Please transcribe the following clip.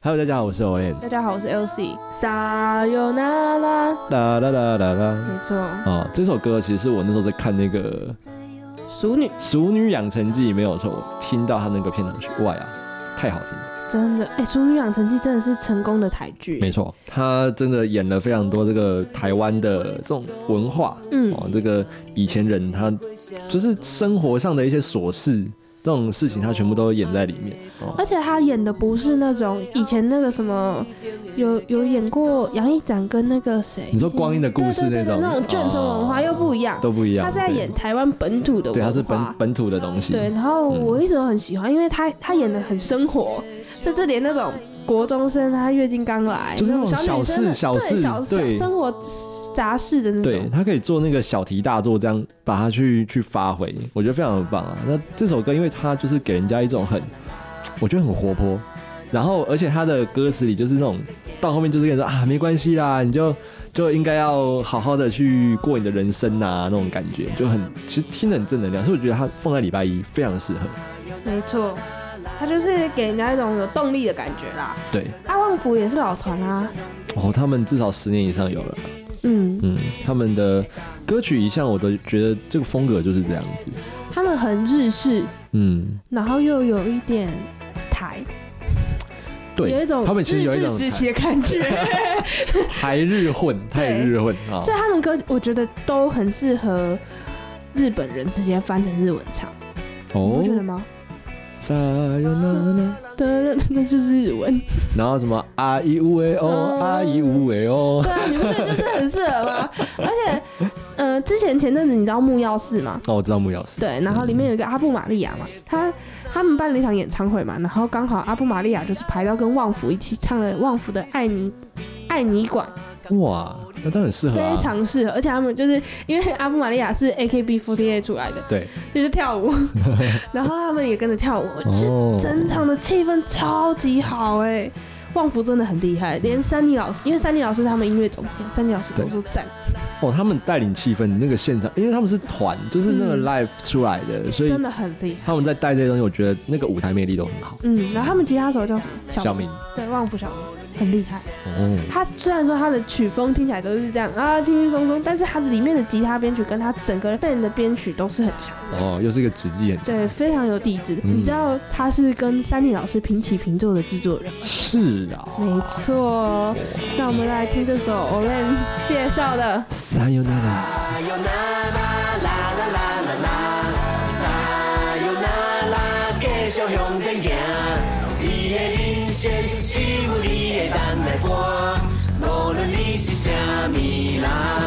Hello，大家好，我是 Olen。大家好，我是 LC。撒有那拉，啦啦啦啦啦。没错，哦，这首歌其实是我那时候在看那个《熟女熟女养成记》，没有错，我听到他那个片头曲，哇呀，太好听了。真的，哎、熟女养成记真的是成功的台剧，没错，他真的演了非常多这个台湾的这种文化，嗯哦，这个以前人他就是生活上的一些琐事，这种事情他全部都演在里面。哦，而且他演的不是那种以前那个什么，有有演过杨一展跟那个谁，你说光阴的故事对对对那种那种眷村文化哦又不一样，都不一样。他是在对演台湾本土的文对，化，它是本本土的东西。对，然后嗯我一直都很喜欢，因为他他演的很生活，甚至连那种国中生他月经刚来，就是那种小女生的小事对小小事对小生活杂事的那对种，他可以做那个小题大做，这样把它去去发挥，我觉得非常的棒啊。那这首歌，因为它就是给人家一种很，我觉得很活泼，然后而且它的歌词里就是那种到后面就是跟你说啊，没关系啦，你就就应该要好好的去过你的人生啊，那种感觉就很，其实听得很正能量，所以我觉得它放在礼拜一非常适合。没错，他就是给人家一种有动力的感觉啦。对，阿旺福也是老团啊，哦，他们至少十年以上有了。嗯，嗯，他们的歌曲一向我都觉得这个风格就是这样子。他们很日式，嗯，然后又有一点台，有对，一种他们其实有一日种治时台期的感觉， 台日混，台日混啊。所以他们歌我觉得都很适合日本人直接翻成日文唱，哦你不觉得吗？撒哟那那，对，那那就是日 文。然后什么阿姨乌诶哦，嗯阿姨乌诶哦对，啊，你不觉得就是很适合吗？而且，呃，之前前阵子你知道木曜四吗？哦，我知道木曜石。对，然后里面有一个阿布玛利亚嘛，他他们办了一场演唱会嘛，然后刚好阿布玛利亚就是排到跟旺福一起唱了旺福的《爱你爱你馆哇，那这很适》，合啊非。常适合，而且他们就是因为阿布玛利亚是 AKB48 出来的，对，就是跳舞， 然后他们也跟着跳舞，就是哦，整场的气氛超级好哎、旺福真的很厉害，连珊妮老师，因为珊妮老师是他们音乐总监，珊妮老师都说赞，哦，他们带领气氛，那个现场，因为他们是团，就是那个嗯 live 出来的，所以真的很厉害。他们在带这些东西，我觉得那个舞台魅力都很好。嗯，然后他们吉他手叫什么？小明，对，旺福小明很厉害。哦，他虽然说他的曲风听起来都是这样啊，轻轻松松，但是他的里面的吉他编曲跟他整个 band 的编曲都是很强的，哦，又是一个直击很对，非常有底子。嗯你知道他是跟三立老师平起平坐的制作人吗，是啊。没错。那我们来听这首 Olen 介绍的，撒哟那拉。继续向前行，你的人生只有你会等来看。无论你是啥物人。